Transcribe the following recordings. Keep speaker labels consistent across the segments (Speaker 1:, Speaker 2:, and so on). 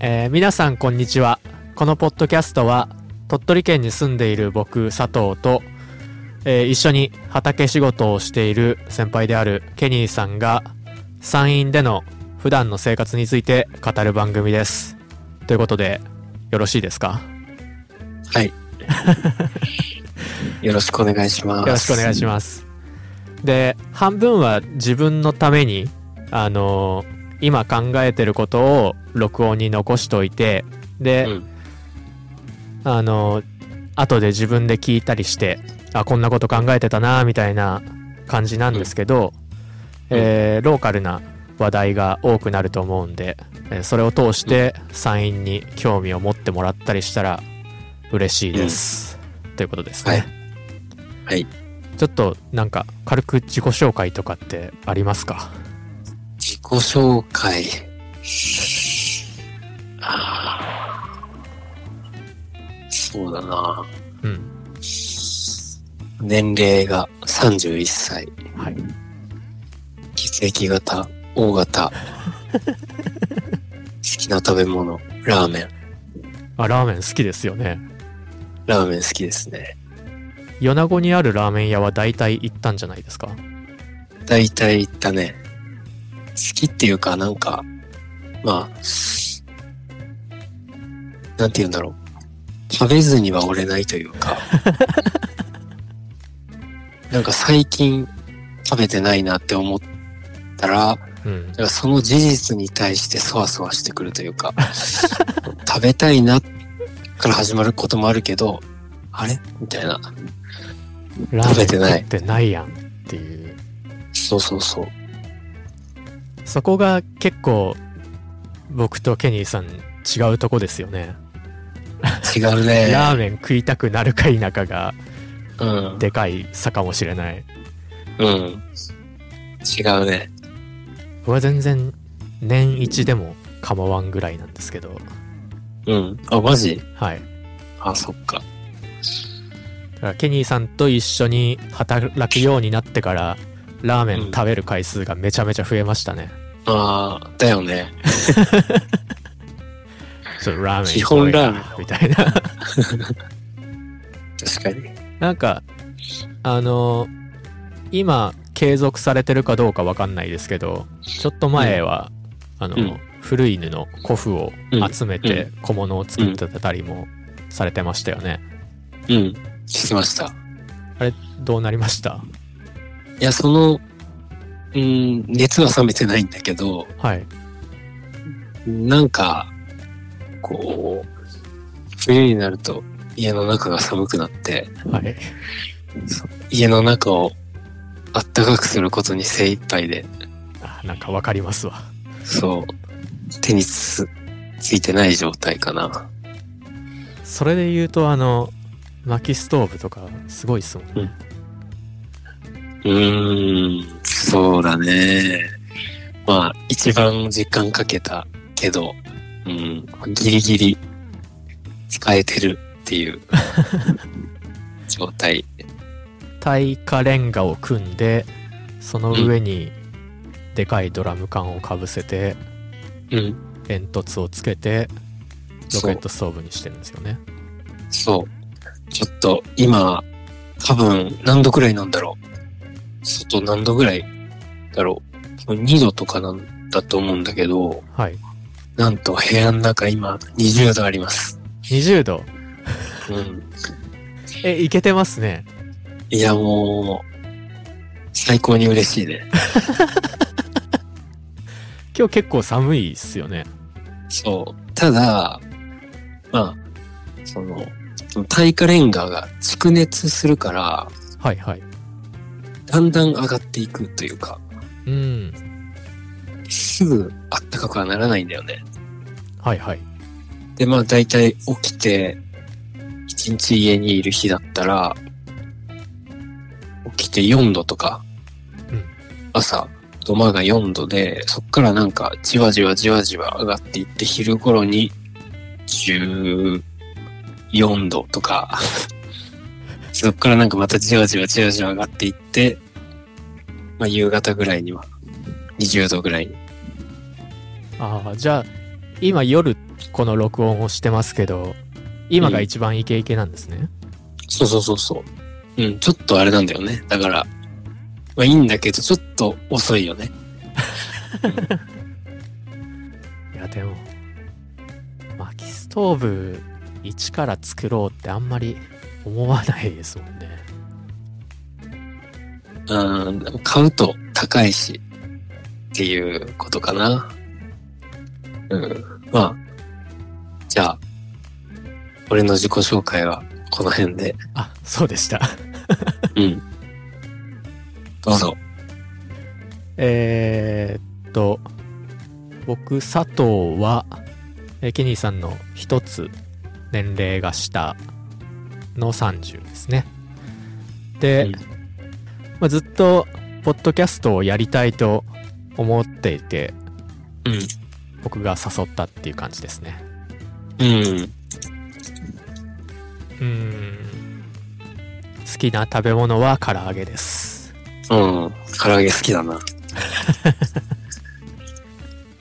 Speaker 1: えー皆さんこんにちはこのポッドキャストは鳥取県に住んでいる僕佐藤と、えー一緒に畑仕事をしている先輩であるケニーさんが山陰での普段の生活について語る番組ですということでよろしいですか
Speaker 2: はい。よろしくお願いしま
Speaker 1: よ
Speaker 2: す。
Speaker 1: ろしくお願いします。で半分は自分のためにあのー今考えてることを録音に残しておいてで、
Speaker 2: うん
Speaker 1: あのー後で自分で聞いたりしてあこんなこと考えてたなみたいな感じなんですけど、
Speaker 2: うん
Speaker 1: えーローカルな話題が多くなると思うんで、えーそれを通して山陰に興味を持ってもらったりしたら嬉しいです、ということですね。
Speaker 2: はいはい。
Speaker 1: ちょっとなんか軽く自己紹介とかってありますか
Speaker 2: 自己紹介。あーそうだな。
Speaker 1: うん。
Speaker 2: 年齢が31歳。
Speaker 1: はい。
Speaker 2: 血液型、O 型。 好きな食べ物、ラーメン。
Speaker 1: あ、ラーメン好きですよね。
Speaker 2: ラーメン好きですね。
Speaker 1: 米子にあるラーメン屋は大体行ったんじゃないですか
Speaker 2: 大体行ったね。好きっていうか、なんか、まあ、なんて言うんだろう。食べずには折れないというか。なんか最近食べてないなって思ったら、
Speaker 1: うん。
Speaker 2: なんかその事実に対してそわそわしてくるというか、食べたいなから始まることもあるけど、あれみたいな。
Speaker 1: ラ
Speaker 2: 食
Speaker 1: ーメ
Speaker 2: べ
Speaker 1: ン
Speaker 2: てない
Speaker 1: 食ってないやんっていう。
Speaker 2: そうそうそう。
Speaker 1: そこが結構僕とケニーさん違うとこですよね。
Speaker 2: 違うね。
Speaker 1: ラーメン食いたくなるか否かが
Speaker 2: うん。
Speaker 1: でかい差かもしれない。
Speaker 2: うん。違うね。
Speaker 1: 僕は全然年一でも構わんぐらいなんですけど。
Speaker 2: うん。あ、マジ
Speaker 1: はい。
Speaker 2: あ、そっか。
Speaker 1: だからケニーさんと一緒に働くようになってからラーメン食べる回数がめちゃめちゃ増えましたね、
Speaker 2: ああ、だよね。
Speaker 1: ちょっとラーメン
Speaker 2: 基本ラーメン
Speaker 1: 行こうよみたいな
Speaker 2: 確かに。
Speaker 1: なんかあの今継続されてるかどうかわかんないですけどちょっと前は、あの、
Speaker 2: うん
Speaker 1: 古い布古布を集めて
Speaker 2: う
Speaker 1: 小物を作ってたりもされてましたよね、
Speaker 2: うん。聞きました。
Speaker 1: あれどうなりました
Speaker 2: いや、その、うん、熱は冷めてないんだけど、
Speaker 1: はい
Speaker 2: なんか、こう、冬になると家の中が寒くなって、
Speaker 1: はい
Speaker 2: 家の中をあったかくすることに精一杯で、
Speaker 1: あなんかわかりますわ
Speaker 2: そう、手につついてない状態かな。
Speaker 1: それで言うとあの薪ストーブとかすごいっすもんね、
Speaker 2: うーん、そうだね。まあ、一番時間かけたけど、うん、ギリギリ使えてるっていう状態。
Speaker 1: 耐火レンガを組んでその上にでかいドラム缶をかぶせて
Speaker 2: うん、
Speaker 1: 煙突をつけてロ
Speaker 2: そ
Speaker 1: ケ
Speaker 2: う
Speaker 1: ッ、トストーブにしてるんですよね
Speaker 2: そう。ちょっと今、多分何度くらいなんだろう。外何度ぐらいだろう。多分2度とかなんだと思うんだけど、
Speaker 1: はい
Speaker 2: なんと部屋の中今20度あります。
Speaker 1: 20度
Speaker 2: うん。
Speaker 1: えいけてますね
Speaker 2: いや、もう、最高に嬉しいね。
Speaker 1: 今日結構寒いっすよね
Speaker 2: そう。ただ、まあ、その、耐火レンガが蓄熱するから、
Speaker 1: はいはい
Speaker 2: だんだん上がっていくというか、
Speaker 1: うん
Speaker 2: すぐあったかくはならないんだよね。
Speaker 1: はいはい
Speaker 2: で、まあ、だいたい起きて、一日家にいる日だったら、起きて4度とか、
Speaker 1: うん
Speaker 2: 朝、土間が4度で、そっからなんかじわじわじわじわ上がっていって、昼頃に14度 とか、そっからなんかまたじわじわじわじわ上がっていって、まあ、夕方ぐらいには20度ぐらいに。
Speaker 1: ああじゃあ今夜この録音をしてますけど、今が一番イケイケなんですね。
Speaker 2: そうそうそうそう。うん、ちょっとあれなんだよね。だから、まあいいんだけど、ちょっと遅いよね。
Speaker 1: いや、でも、薪ストーブ一から作ろうってあんまり思わないですもんね。
Speaker 2: うん、でも買うと高いし、っていうことかな。うん。まあ、じゃあ、俺の自己紹介はこの辺で。
Speaker 1: あ、そうでした。
Speaker 2: うん。どうぞ。
Speaker 1: えーっと、僕、佐藤は、えーケニーさんの一つ年齢が下の30ですね。で、
Speaker 2: うん
Speaker 1: まあ、ずっと、ポッドキャストをやりたいと思っていて、
Speaker 2: うん。
Speaker 1: 僕が誘ったっていう感じですね。
Speaker 2: うん。
Speaker 1: うーん。好きな食べ物は唐揚げです。
Speaker 2: うん。唐揚げ好きだな。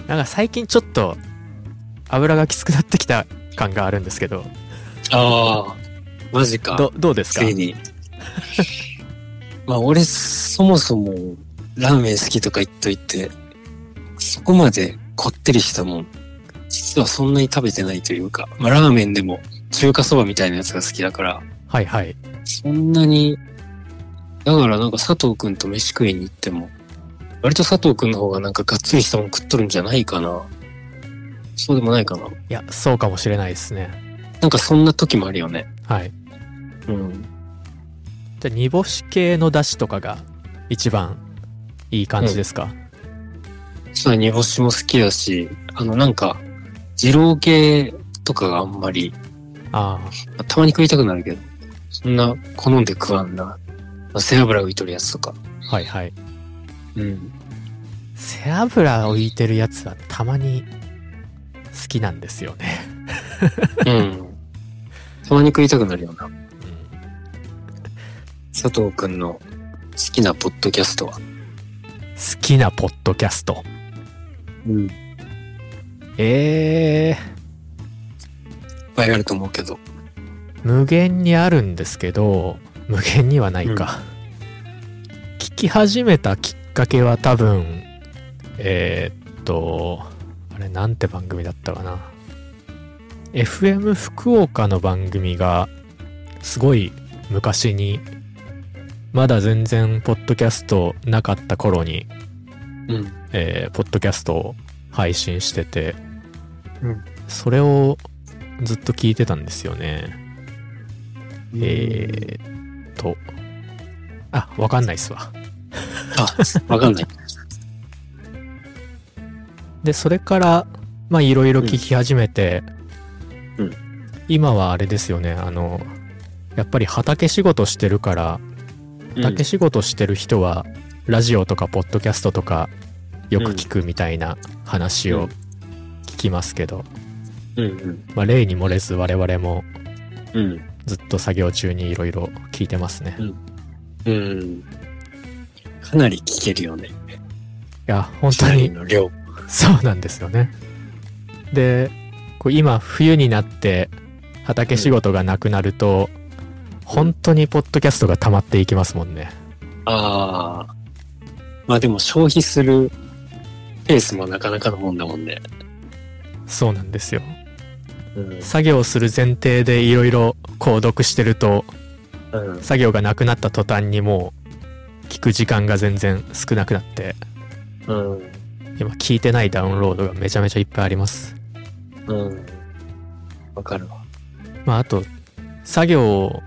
Speaker 1: なんか最近ちょっと油がきつくなってきた感があるんですけど、
Speaker 2: ああ。マジか。
Speaker 1: どどうです
Speaker 2: つ
Speaker 1: か
Speaker 2: いに。 まあ俺、そもそも、ラーメン好きとか言っといて、そこまでこってりしたもん、実はそんなに食べてないというか、まあラーメンでも中華そばみたいなやつが好きだから、
Speaker 1: はいはい。
Speaker 2: そんなに、だからなんか佐藤くんと飯食いに行っても、割と佐藤くんの方がなんかがっつりしたもん食っとるんじゃないかな。そうでもないかな。
Speaker 1: いや、そうかもしれないですね。
Speaker 2: なんかそんな時もあるよね。
Speaker 1: はい。
Speaker 2: うん。
Speaker 1: じゃあ、煮干し系の出汁とかが一番いい感じですか、
Speaker 2: そう、煮干しも好きだし、あの、なんか、二郎系とかがあんまり、
Speaker 1: あ
Speaker 2: たまに食いたくなるけど、そんな好んで食わんな。背脂浮いとるやつとか。
Speaker 1: あ、はいはい。
Speaker 2: うん。
Speaker 1: 背脂をいてるやつはたまに好きなんですよね。
Speaker 2: うん。たまに食いたくなるよな。
Speaker 1: うん
Speaker 2: 佐藤くんの好きなポッドキャストは。
Speaker 1: 好きなポッドキャスト。
Speaker 2: うん。いっ
Speaker 1: え
Speaker 2: ぱいあると思うけど。
Speaker 1: ー、無限にあるんですけど、無限にはないか。聞き始めたきっかけは多分、えーっと、あれなんて番組だったかな。FM 福岡の番組が、すごい昔に、まだ全然ポッドキャストなかった頃に
Speaker 2: うん。
Speaker 1: えーポッドキャストを配信してて、
Speaker 2: うん
Speaker 1: それをずっと聞いてたんですよね。えー、っと、あ、わかんないっすわ。
Speaker 2: あ、わかん ない。
Speaker 1: で、それから、まあ、いろいろ聞き始めて、
Speaker 2: うんうん
Speaker 1: 今はあれですよね、あの、やっぱり畑仕事してるから、畑仕事してる人は、ラジオとかポッドキャストとかよく聞くみたいな話
Speaker 2: う
Speaker 1: を
Speaker 2: ん
Speaker 1: 聞きますけど、
Speaker 2: うんうん。
Speaker 1: まあ、例に漏れず我々も
Speaker 2: うん。
Speaker 1: ずっと作業中にいろいろ聞いてますね。
Speaker 2: うん
Speaker 1: い
Speaker 2: うん。かなり聞けるよね。
Speaker 1: や、本当
Speaker 2: 二
Speaker 1: に
Speaker 2: 人の量。
Speaker 1: そうなんですよね。で、こう今冬になって畑仕事がなくなると、本当にポッドキャストが溜まっていきますもんね。
Speaker 2: ああ。まあでも消費するペースもなかなかのもんだもんね。
Speaker 1: そうなんですよ。
Speaker 2: うん。
Speaker 1: 作業する前提でいろいろ購読してると、
Speaker 2: うん。
Speaker 1: 作業がなくなった途端にもう聞く時間が全然少なくなって、
Speaker 2: うん。
Speaker 1: 今聞いてないダウンロードがめちゃめちゃいっぱいあります。
Speaker 2: うん。わかるわ。
Speaker 1: まああと作業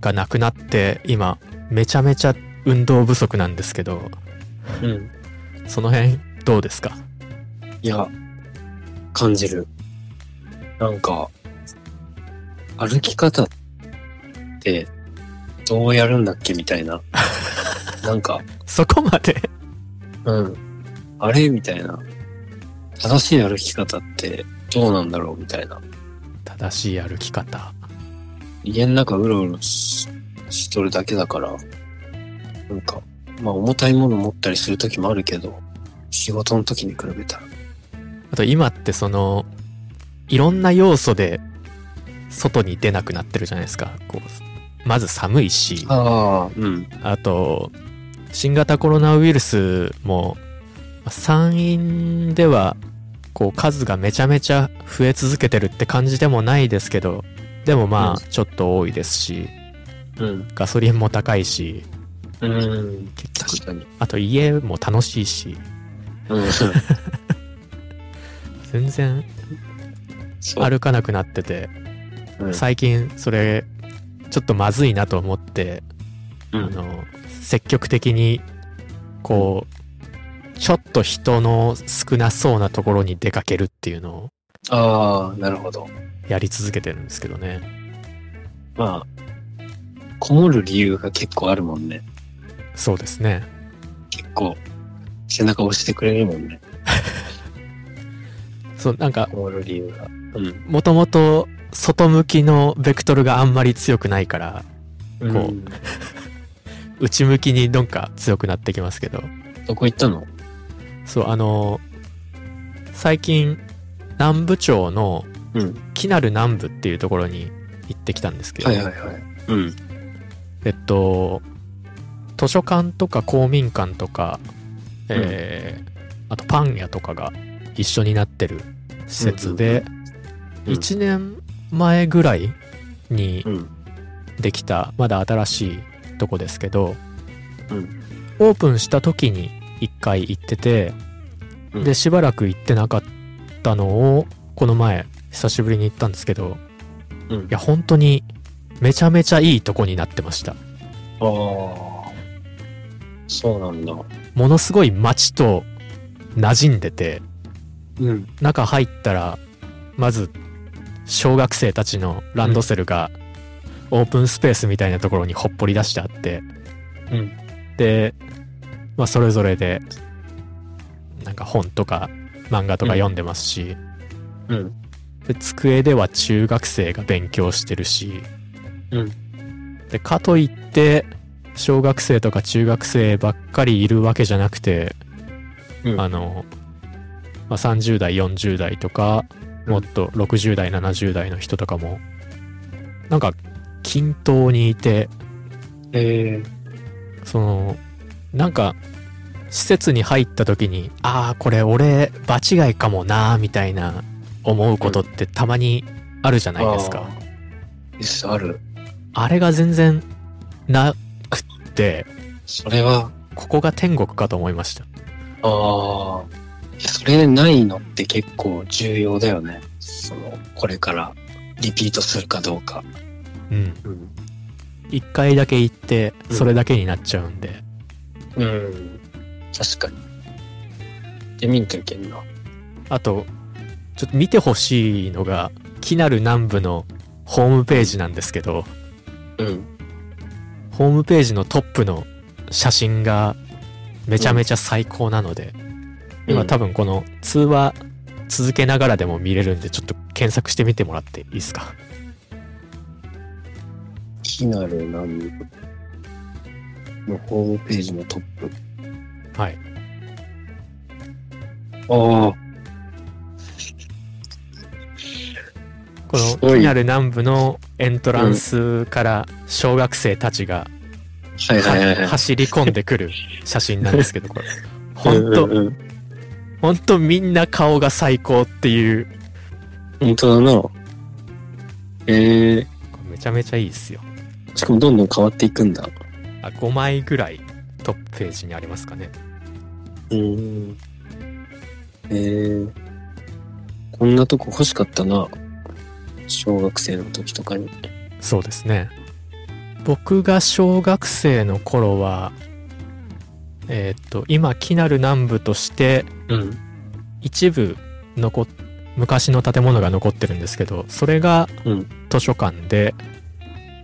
Speaker 1: がなくなって今めちゃめちゃ運動不足なんですけど
Speaker 2: うん。
Speaker 1: その辺どうですか
Speaker 2: いや、感じる。なんか、歩き方ってどうやるんだっけみたいな。なんか、
Speaker 1: そこまで
Speaker 2: うん。あれみたいな。正しい歩き方ってどうなんだろうみたいな。
Speaker 1: 正しい歩き方
Speaker 2: 家の中うろうろししとるだけだから、なんか、まあ重たいもの持ったりする時もあるけど、仕事の時に比べたら。
Speaker 1: あと今ってそのいろんな要素で外に出なくなってるじゃないですかこうまず寒いし
Speaker 2: ああ、うん。
Speaker 1: あと新型コロナウイルスもまあ山陰ではこう数がめちゃめちゃ増え続けてるって感じでもないですけどでもまあちょっと多いですし
Speaker 2: うん。
Speaker 1: ガソリンも高いし
Speaker 2: うん。
Speaker 1: 結局
Speaker 2: 確かに。
Speaker 1: あと家も楽しいし
Speaker 2: うん。
Speaker 1: 全然
Speaker 2: そう。
Speaker 1: 歩かなくなってて
Speaker 2: うん
Speaker 1: 最近それちょっとまずいなと思って、
Speaker 2: う
Speaker 1: あ
Speaker 2: ん。
Speaker 1: の積極的にこうちょっと人の少なそうなところに出かけるっていうのを
Speaker 2: ああ、なるほど。
Speaker 1: やり続けてるんですけどね
Speaker 2: まあ、こもる理由が結構あるもんね。
Speaker 1: そうですね
Speaker 2: 結構、背中押してくれるもんね。
Speaker 1: そうなんか
Speaker 2: こもる理由が。うん。
Speaker 1: もともと外向きのベクトルがあんまり強くないからこ
Speaker 2: ん
Speaker 1: 内向きにどんか強くなってきますけど
Speaker 2: どこ行ったの
Speaker 1: そうあの最近南部町の
Speaker 2: うん。
Speaker 1: キナル南部っていうところに行ってきたんですけど、
Speaker 2: はいはいはい。うん。
Speaker 1: えっと図書館とか公民館とか、えーあとパン屋とかが一緒になってる施設で、
Speaker 2: うんうん
Speaker 1: 1年前ぐらいに
Speaker 2: うん。
Speaker 1: できたまだ新しいとこですけど、
Speaker 2: うん
Speaker 1: オープンした時に1回行ってて、
Speaker 2: うん
Speaker 1: でしばらく行ってなかったのをこの前久しぶりに行ったんですけど
Speaker 2: うん
Speaker 1: い。や本当にめちゃめちゃいいとこになってました
Speaker 2: ああ。そうなんだ。
Speaker 1: ものすごい街と馴染んでて
Speaker 2: うん。
Speaker 1: 中入ったらまず小学生たちのランドセルがオープンスペースみたいなところにほっぽり出してあって、
Speaker 2: うん
Speaker 1: で、まあ、それぞれでなんか本とか漫画とか読んでますし、
Speaker 2: うん。
Speaker 1: で机では中学生が勉強してるし、
Speaker 2: う
Speaker 1: でかといって小学生とか中学生ばっかりいるわけじゃなくて、
Speaker 2: うん
Speaker 1: あの、まあ、30代40代とか
Speaker 2: うん
Speaker 1: もっと60代70代の人とかもなんか均等にいて
Speaker 2: え
Speaker 1: そのなんか施設に入った時にああこれ俺場違いかもなーみたいな思うことってたまにあるじゃ
Speaker 2: ー
Speaker 1: ないですか。。
Speaker 2: あーです、ある。
Speaker 1: あれが全然なくって、
Speaker 2: それは、
Speaker 1: ここが天国かと思いました。
Speaker 2: ああ。いやそれないのって結構重要だよね。その、これからリピートするかどうか。
Speaker 1: うん。
Speaker 2: うん。
Speaker 1: 一回だけ行って、
Speaker 2: うん
Speaker 1: それだけになっちゃうんで、
Speaker 2: うん。確かに。で、見んといけんな。
Speaker 1: あと、ちょっと見てほしいのが、キナル南部のホームページなんですけど、
Speaker 2: うん。
Speaker 1: ホームページのトップの写真がめちゃめちゃ最高なので、今多
Speaker 2: 分。
Speaker 1: 分この通話続けながらでも見れるんで、ちょっと検索してみてもらっていいですか。
Speaker 2: キナルなんのホームページのトップ。
Speaker 1: はい。
Speaker 2: ああ。
Speaker 1: こ
Speaker 2: す
Speaker 1: の
Speaker 2: ごい
Speaker 1: 気になる南部のエントランスから小学生たちが
Speaker 2: はい
Speaker 1: は
Speaker 2: はいはいはい。
Speaker 1: 走り込んでくる写真なんですけどこ れほ
Speaker 2: うん
Speaker 1: と
Speaker 2: んうん
Speaker 1: ほんとみんな顔が最高っていう
Speaker 2: 本当だな。ええ
Speaker 1: めちゃめちゃいいですよ
Speaker 2: しかもどんどん変わっていくんだ。
Speaker 1: あ5枚ぐらいトップページにありますかね
Speaker 2: うん。ええこんなとこ欲しかったな。小学生の時とかに。
Speaker 1: そうですね僕が小学生の頃はえーっと今気になる南部として
Speaker 2: うん。
Speaker 1: 一部残っ昔の建物が残ってるんですけどそれが
Speaker 2: うん
Speaker 1: 図書館で、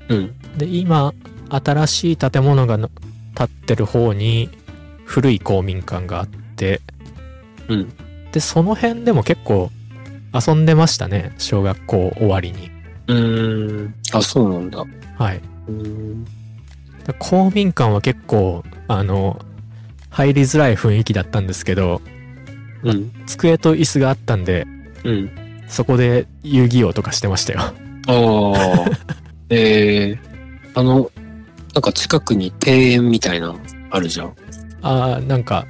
Speaker 2: うん。
Speaker 1: で今新しい建物がの建ってる方に古い公民館があって
Speaker 2: うん。
Speaker 1: でその辺でも結構遊んでましたね小学校終わりに
Speaker 2: うん。あ、そうなんだ。
Speaker 1: はい
Speaker 2: うん。
Speaker 1: で公民館は結構あの入りづらい雰囲気だったんですけど
Speaker 2: うん。
Speaker 1: 机と椅子があったんで
Speaker 2: うん。
Speaker 1: そこで遊戯王とかしてましたよ。
Speaker 2: ああ。 えー、あの、なんか近くに庭園みたいなのあるじゃん。
Speaker 1: あーなんか、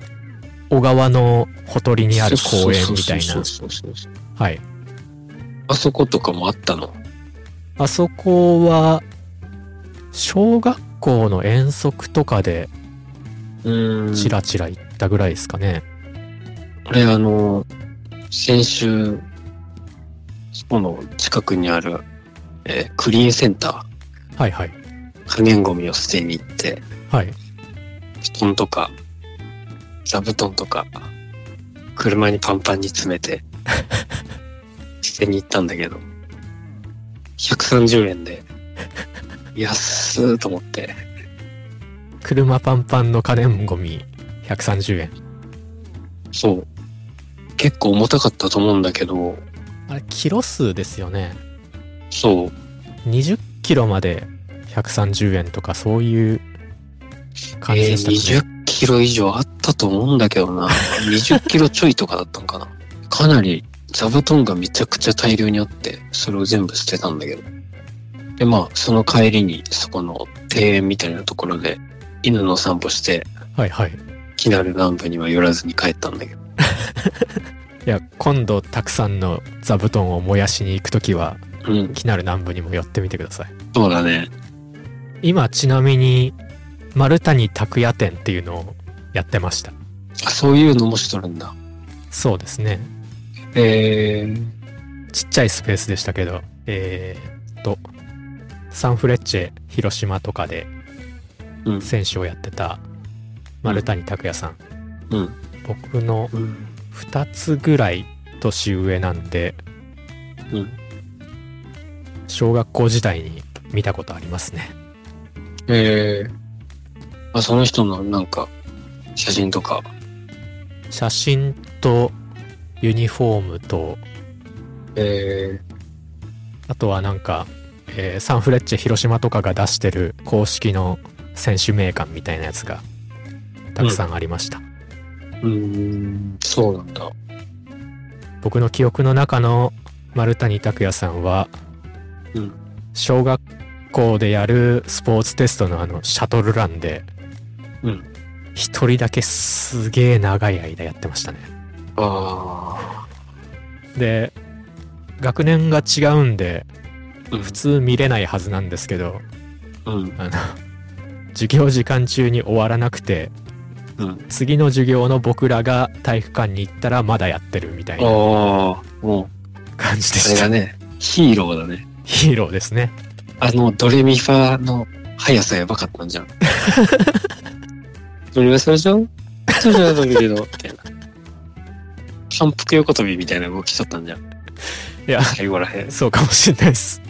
Speaker 1: 小川のほとりにある公園みたい
Speaker 2: そ
Speaker 1: な
Speaker 2: う。そうそうそうそう
Speaker 1: はい。
Speaker 2: あそことかもあったの。
Speaker 1: あそこは、小学校の遠足とかで
Speaker 2: うん
Speaker 1: チラチラ行ったぐらいですかね。
Speaker 2: これあの、先週、そこの近くにある、えークリーンセンタ
Speaker 1: はいはい。
Speaker 2: ー、可燃ゴミを捨てに行って、
Speaker 1: はい。
Speaker 2: 布団とか、座布団とか、車にパンパンに詰めて、捨てに行ったんだけど、130円で、安ーと思って、
Speaker 1: 車パンパンの家電ゴミ130円。
Speaker 2: そう。結構重たかったと思うんだけど、
Speaker 1: あれ、キロ数ですよね。
Speaker 2: そう。
Speaker 1: 20キロまで130円とかそういう感じ
Speaker 2: え
Speaker 1: でした
Speaker 2: ー
Speaker 1: ね。
Speaker 2: 20キロ以上あったと思うんだけ どな。20キロちょいとかだったのかな。かなり座布団がめちゃくちゃ大量にあって、それを全部捨てたんだけど。で、まあ、その帰りに、そこの庭園みたいなところで、犬の散歩して、
Speaker 1: はいはい。い
Speaker 2: 気なる南部には寄らずに帰ったんだけど。
Speaker 1: や、今度たくさんの座布団を燃やしに行くときは、
Speaker 2: うん、
Speaker 1: 気なる南部にも寄ってみてください。
Speaker 2: そうだね。
Speaker 1: 今ちなみに、丸谷拓也店っていうのをやってました。
Speaker 2: あ、そういうのもしとるんだ。
Speaker 1: そうですね。
Speaker 2: えー、
Speaker 1: ちっちゃいスペースでしたけど、えーっと、サンフレッチェ広島とかで
Speaker 2: うん、
Speaker 1: 選手をやってた丸谷拓也さん。
Speaker 2: うん、
Speaker 1: 僕の
Speaker 2: うん、
Speaker 1: 2つぐらい年上なんで、
Speaker 2: うん。
Speaker 1: 小学校時代に見たことありますね。
Speaker 2: えー、あ、その人のなんか、写真とか、
Speaker 1: 写真とユニフォームと、
Speaker 2: え
Speaker 1: あとはなんか、えーサンフレッチェ広島とかが出してる公式の選手名鑑みたいなやつがたくさんありました。
Speaker 2: ー、うーん、そうなんだ。
Speaker 1: 僕の記憶の中の丸谷拓也さんは、
Speaker 2: うん
Speaker 1: 小学校でやるスポーツテストのあのシャトルランで
Speaker 2: うん
Speaker 1: 一人だけすげえ長い間やってましたね
Speaker 2: あ
Speaker 1: で学年が違うんで
Speaker 2: あ、
Speaker 1: 普通見れないはずなんですけど
Speaker 2: うん、
Speaker 1: あの 授業時間中に終わらなくて
Speaker 2: うん。
Speaker 1: 次の授業の僕らが体育館に行ったらまだやってるみたいな
Speaker 2: ああ、もう、
Speaker 1: 感じで
Speaker 2: あれ
Speaker 1: し
Speaker 2: だ
Speaker 1: た
Speaker 2: ね、ヒーローだね。
Speaker 1: ヒーローですね
Speaker 2: あの、ドレミファの速さやばかったんじゃん。ドレミファそれじゃんそうじゃないんだけど、みたいな。反復横跳びみたいな動きしとったんじゃ ん。
Speaker 1: いや
Speaker 2: 最後らへん。
Speaker 1: そうかもしれないです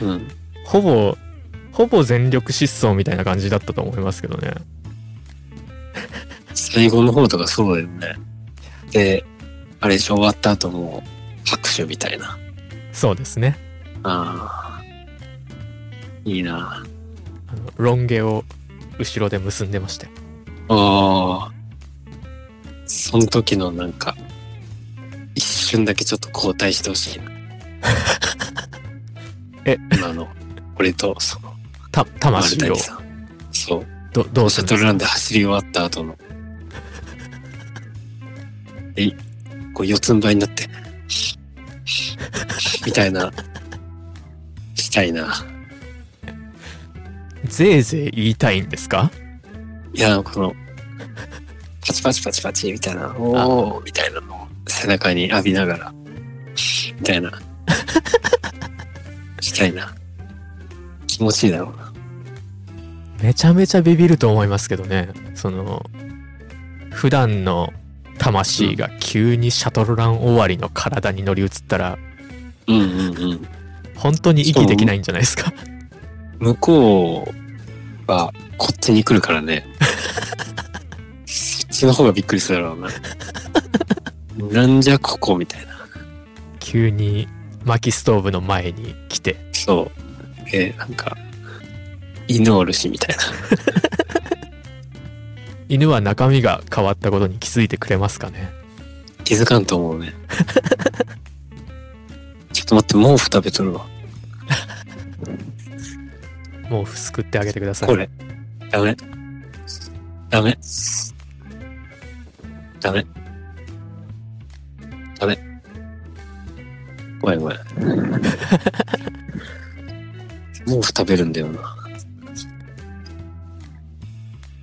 Speaker 2: うん。
Speaker 1: ほぼ、ほぼ全力疾走みたいな感じだったと思いますけどね。
Speaker 2: 最後の方とかそうだよね。で、あれでしょ終わった後も、拍手みたいな。
Speaker 1: そうですね。
Speaker 2: ああ。いいな。
Speaker 1: あのロン毛を後ろで結んでまして。
Speaker 2: ああ。その時のなんか、一瞬だけちょっと交代してほしいな。
Speaker 1: え
Speaker 2: 今の、俺と、その、
Speaker 1: た、魂を
Speaker 2: 丸谷、さん。そう。
Speaker 1: ど、どうするん
Speaker 2: シャ
Speaker 1: です
Speaker 2: トル
Speaker 1: か
Speaker 2: ランで走り終わった後の。えい、こう四つん這いになって、みたいな、したいな。
Speaker 1: ぜいぜい言いたいんですか
Speaker 2: いや、この、パチパチパチパチみたいな、おーみたいなのを背中に浴びながら、み たいな、したいな。気持ちいいだろうな。
Speaker 1: めちゃめちゃビビると思いますけどね。その、普段の魂が急にシャトルラン終わりの体に乗り移ったら、
Speaker 2: うんうんうん。
Speaker 1: 本当に息できないんじゃないですか。
Speaker 2: 向こうはこっちに来るから ね。そっちの方がびっくりするだろうな。なんじゃここみたいな。
Speaker 1: 急に薪ストーブの前に来て、
Speaker 2: そう。えなんか、祈るしみたいな。
Speaker 1: 犬は中身が変わったこと に気づいてくれますかね。
Speaker 2: 気づかんと思うね。と待って、毛布食べとるわ。
Speaker 1: 毛布すくってあげてください
Speaker 2: これ。ダメ。ダメ。ダメ。ダメ。ごめんご めん。毛布食べるんだよな。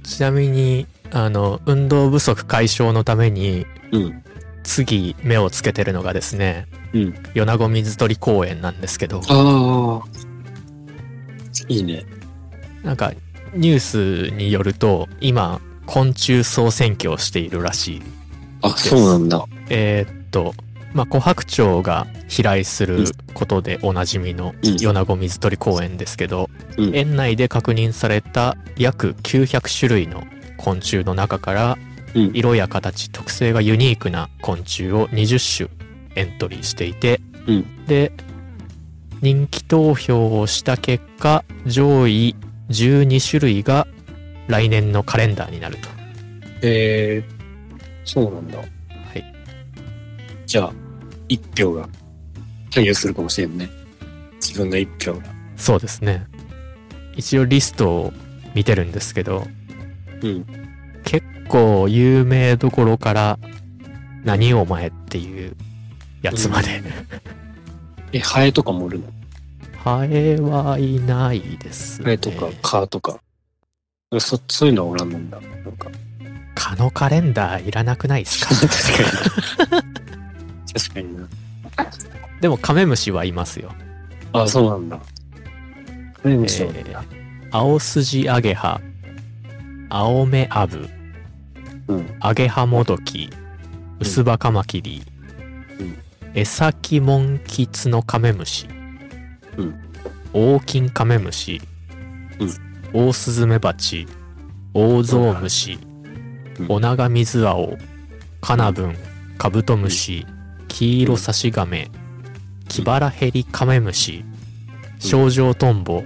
Speaker 1: ちなみにあの運動不足解消のために
Speaker 2: うん。
Speaker 1: 次目をつけてるのがですね
Speaker 2: うん。
Speaker 1: 米子水鳥公園なんですけど
Speaker 2: ああ。いいね。
Speaker 1: なんかニュースによると今昆虫総選挙をしているらしい
Speaker 2: あ、そうなんだ。
Speaker 1: えーっとまあ琥珀鳥が飛来することでおなじみの
Speaker 2: うん
Speaker 1: 米子水鳥公園ですけど、
Speaker 2: うん
Speaker 1: 園内で確認された約900種類の昆虫の中から、
Speaker 2: うん
Speaker 1: 色や形特性がユニークな昆虫を20種エントリーしていて、
Speaker 2: うん
Speaker 1: で人気投票をした結果上位12種類が来年のカレンダーになると。
Speaker 2: ええそうなんだ。はいじゃあ、一票が反映するかもしれんね。自分の一票が。
Speaker 1: そうですね一応リストを見てるんですけど
Speaker 2: うん。
Speaker 1: 結構有名どころから「何お前」っていうやつまで、
Speaker 2: え、ハエとかもおるの
Speaker 1: ハエはいないです、ね、
Speaker 2: ハエとか蚊とか。そ、そういうのはおらんのんだ。なん か。
Speaker 1: 蚊のカレンダーいらなくないです か
Speaker 2: 確かに。確かにな。
Speaker 1: でもカメムシはいますよ、
Speaker 2: あ、そうなんだ。カメムシは
Speaker 1: えーアオスジアゲハアオメアブ
Speaker 2: うん。
Speaker 1: アゲハモドキウスバカマキリ、
Speaker 2: うん
Speaker 1: エサキモンキツノカメムシ、
Speaker 2: うん
Speaker 1: オオキンカメムシ、
Speaker 2: うん
Speaker 1: オオスズメバチオオゾウムシ、
Speaker 2: うん
Speaker 1: オナガミズアオカナブンカブトムシ、キイロサシガメキバラヘリカメムシショウジョウトンボ、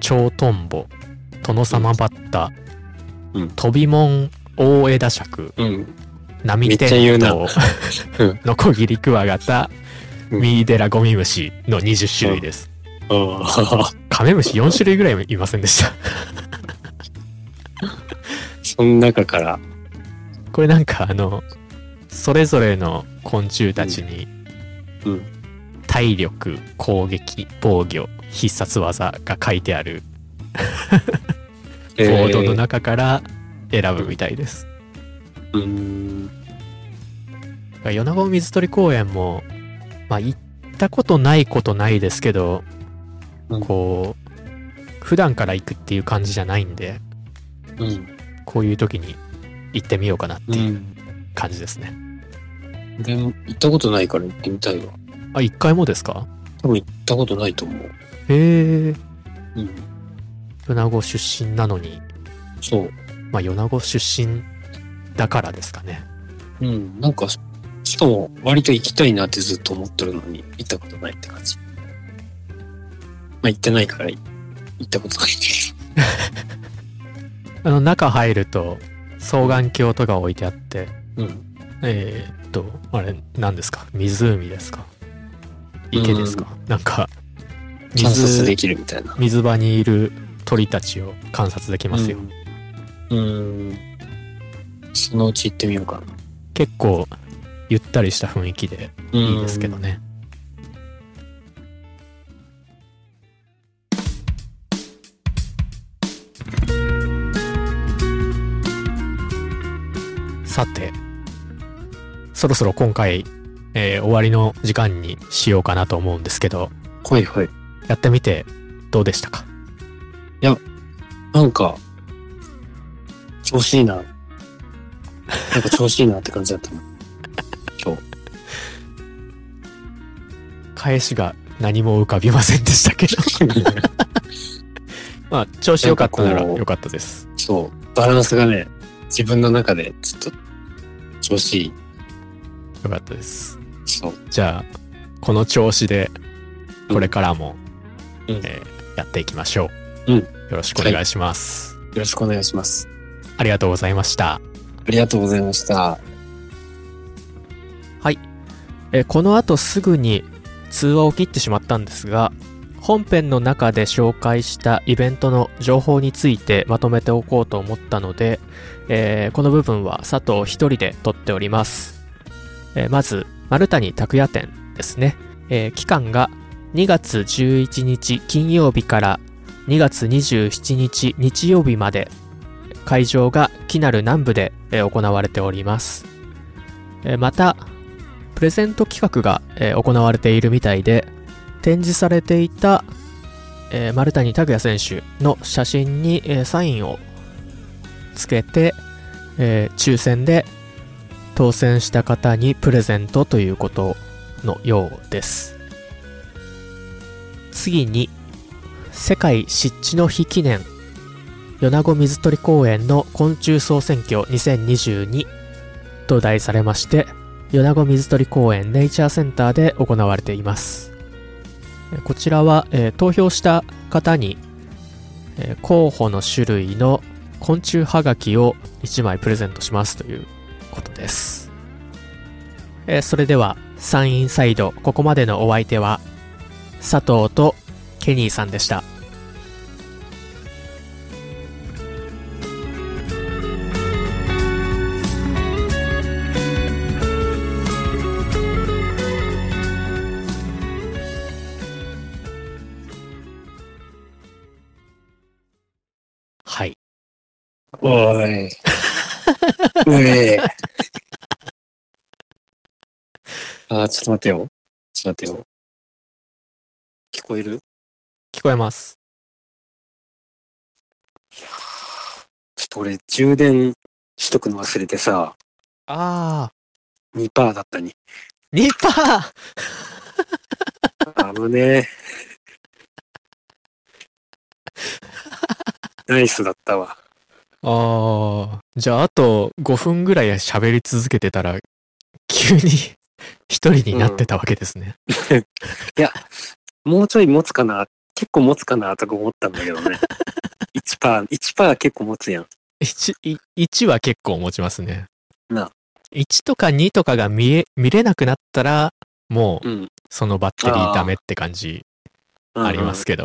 Speaker 1: チョウトンボトノサマバッタ、
Speaker 2: うん
Speaker 1: トビモンオオエダシャク
Speaker 2: うん。
Speaker 1: 波
Speaker 2: めっちゃ言
Speaker 1: 天
Speaker 2: うな
Speaker 1: と
Speaker 2: うん
Speaker 1: ノコギリクワガタ
Speaker 2: うん
Speaker 1: ミイデラゴミムシの20種類です、
Speaker 2: ああ、
Speaker 1: カメムシ4種類ぐらいいませんでした
Speaker 2: その中から。
Speaker 1: これなんかあのそれぞれの昆虫たちに
Speaker 2: うん。
Speaker 1: 体力攻撃防御必殺技が書いてある
Speaker 2: え
Speaker 1: ボ
Speaker 2: ー
Speaker 1: ードの中から選ぶみたいです、
Speaker 2: うーん。
Speaker 1: 米子水鳥公園もまあ行ったことないことないですけど、
Speaker 2: うん
Speaker 1: こう普段から行くっていう感じじゃないんで
Speaker 2: うん。
Speaker 1: こういう時に行ってみようかなって
Speaker 2: う。
Speaker 1: いうん感じですね。
Speaker 2: でも、行ったことないから行ってみたいわ。
Speaker 1: あ、一回もですか
Speaker 2: 多分行ったことないと思う。
Speaker 1: へえ。
Speaker 2: うん。
Speaker 1: 米子出身なのに、
Speaker 2: そう。
Speaker 1: まあ米子出身だからですかね。
Speaker 2: うん。なんか、しかも割と行きたいなってずっと思ってるのに、行ったことないって感じ。まあ行ってないから、行ったことないけ
Speaker 1: あの中入ると双眼鏡とか置いてあって、
Speaker 2: ど。うん。
Speaker 1: えー、っと、あれ何ですか湖ですか池ですかなんか、
Speaker 2: 観察で
Speaker 1: 水、
Speaker 2: きるみたいな。
Speaker 1: 水場にいる鳥たちを観察できますよ。
Speaker 2: うん。うん。そのうち行ってみようか
Speaker 1: 結構ゆったりした雰囲気で
Speaker 2: な。
Speaker 1: いいですけどね。さて、そろそろ今回、えー終わりの時間にしようかなと思うんですけど、
Speaker 2: うん。はいはい。
Speaker 1: やってみてどうでしたか
Speaker 2: なんか、調子いいな。なんか調子いいなって感じだ ったな。今日。
Speaker 1: 返しが何も浮かびませんでしたけど。まあ、調子良かったなら
Speaker 2: なんかこう
Speaker 1: 良かったです。
Speaker 2: そう。バランスがね、自分の中でちょっと調子いい。
Speaker 1: 良かったです。
Speaker 2: そう。
Speaker 1: じゃあこの調子でこれからも、
Speaker 2: うん
Speaker 1: えーやっていきましょう、
Speaker 2: うん
Speaker 1: よろしくお願いします、
Speaker 2: よろしくお願いします。
Speaker 1: ありがとうございました
Speaker 2: ありがとうございました。
Speaker 1: はい、えーこのあとすぐに通話を切ってしまったんですが本編の中で紹介したイベントの情報についてまとめておこうと思ったので、えーこの部分は佐藤一人で撮っております、えーまず丸谷拓也店ですね、えー期間が2月11日金曜日から2月27日日曜日まで会場がキナル南部でえー行われておりますえーまたプレゼント企画がえー行われているみたいで展示されていたえー丸谷拓也選手の写真にえーサインをつけてえー抽選で当選した方にプレゼントということのようです次に世界湿地の日記念米子水鳥公園の昆虫総選挙2022と題されまして米子水鳥公園ネイチャーセンターで行われていますえこちらは、えー投票した方に、えー候補の種類の昆虫はがきを1枚プレゼントしますということです、えーそれでは山陰サイドここまでのお相手は佐藤とケニーさんでしたはい
Speaker 2: おい。うえ。あー、ちょっと待ってよ。ちょっと待ってよ。聞こえる
Speaker 1: 聞こえます
Speaker 2: ちょっと俺、充電しとくの忘れてさ、
Speaker 1: あ
Speaker 2: 2%だったに。
Speaker 1: ー2パ
Speaker 2: あのね。ナイスだったわ。
Speaker 1: ーあーじゃああと5分ぐらい喋り続けてたら急に 一人になってたわけですね、
Speaker 2: もうちょい持つかな結構持つかなとか思ったんだけど ね。1%、1%結構持つやん。
Speaker 1: 1, い1は結構持ちますね。
Speaker 2: な
Speaker 1: 1とか2とかが見え、見れなくなったら、もう、
Speaker 2: うん。
Speaker 1: そのバッテリ
Speaker 2: あ
Speaker 1: ー
Speaker 2: ー
Speaker 1: ダメって感じあります。けど。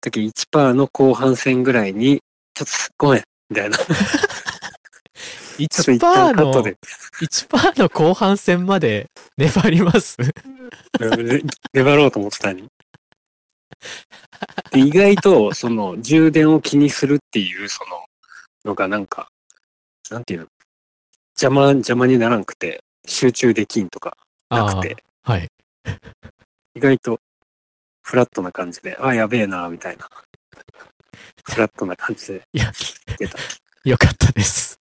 Speaker 2: だけど1%の後半戦ぐらいに、ちょっとごめん、みたいな。ちょっと一
Speaker 1: 1%
Speaker 2: 旦カット
Speaker 1: の、
Speaker 2: で。
Speaker 1: 1%の後半戦まで粘ります。
Speaker 2: ね粘ろうと思ってたに。で意外と、その、充電を気にするっていう、その、のがなんか、なんていうの邪魔、邪魔にならんくて、集中できんとか、な
Speaker 1: あ
Speaker 2: く
Speaker 1: あ
Speaker 2: て、
Speaker 1: ー、はい。
Speaker 2: 意外と、フラットな感じで、あ、やべえな、みたいな。フラットな感じで。
Speaker 1: いや
Speaker 2: 出た。
Speaker 1: よかったです。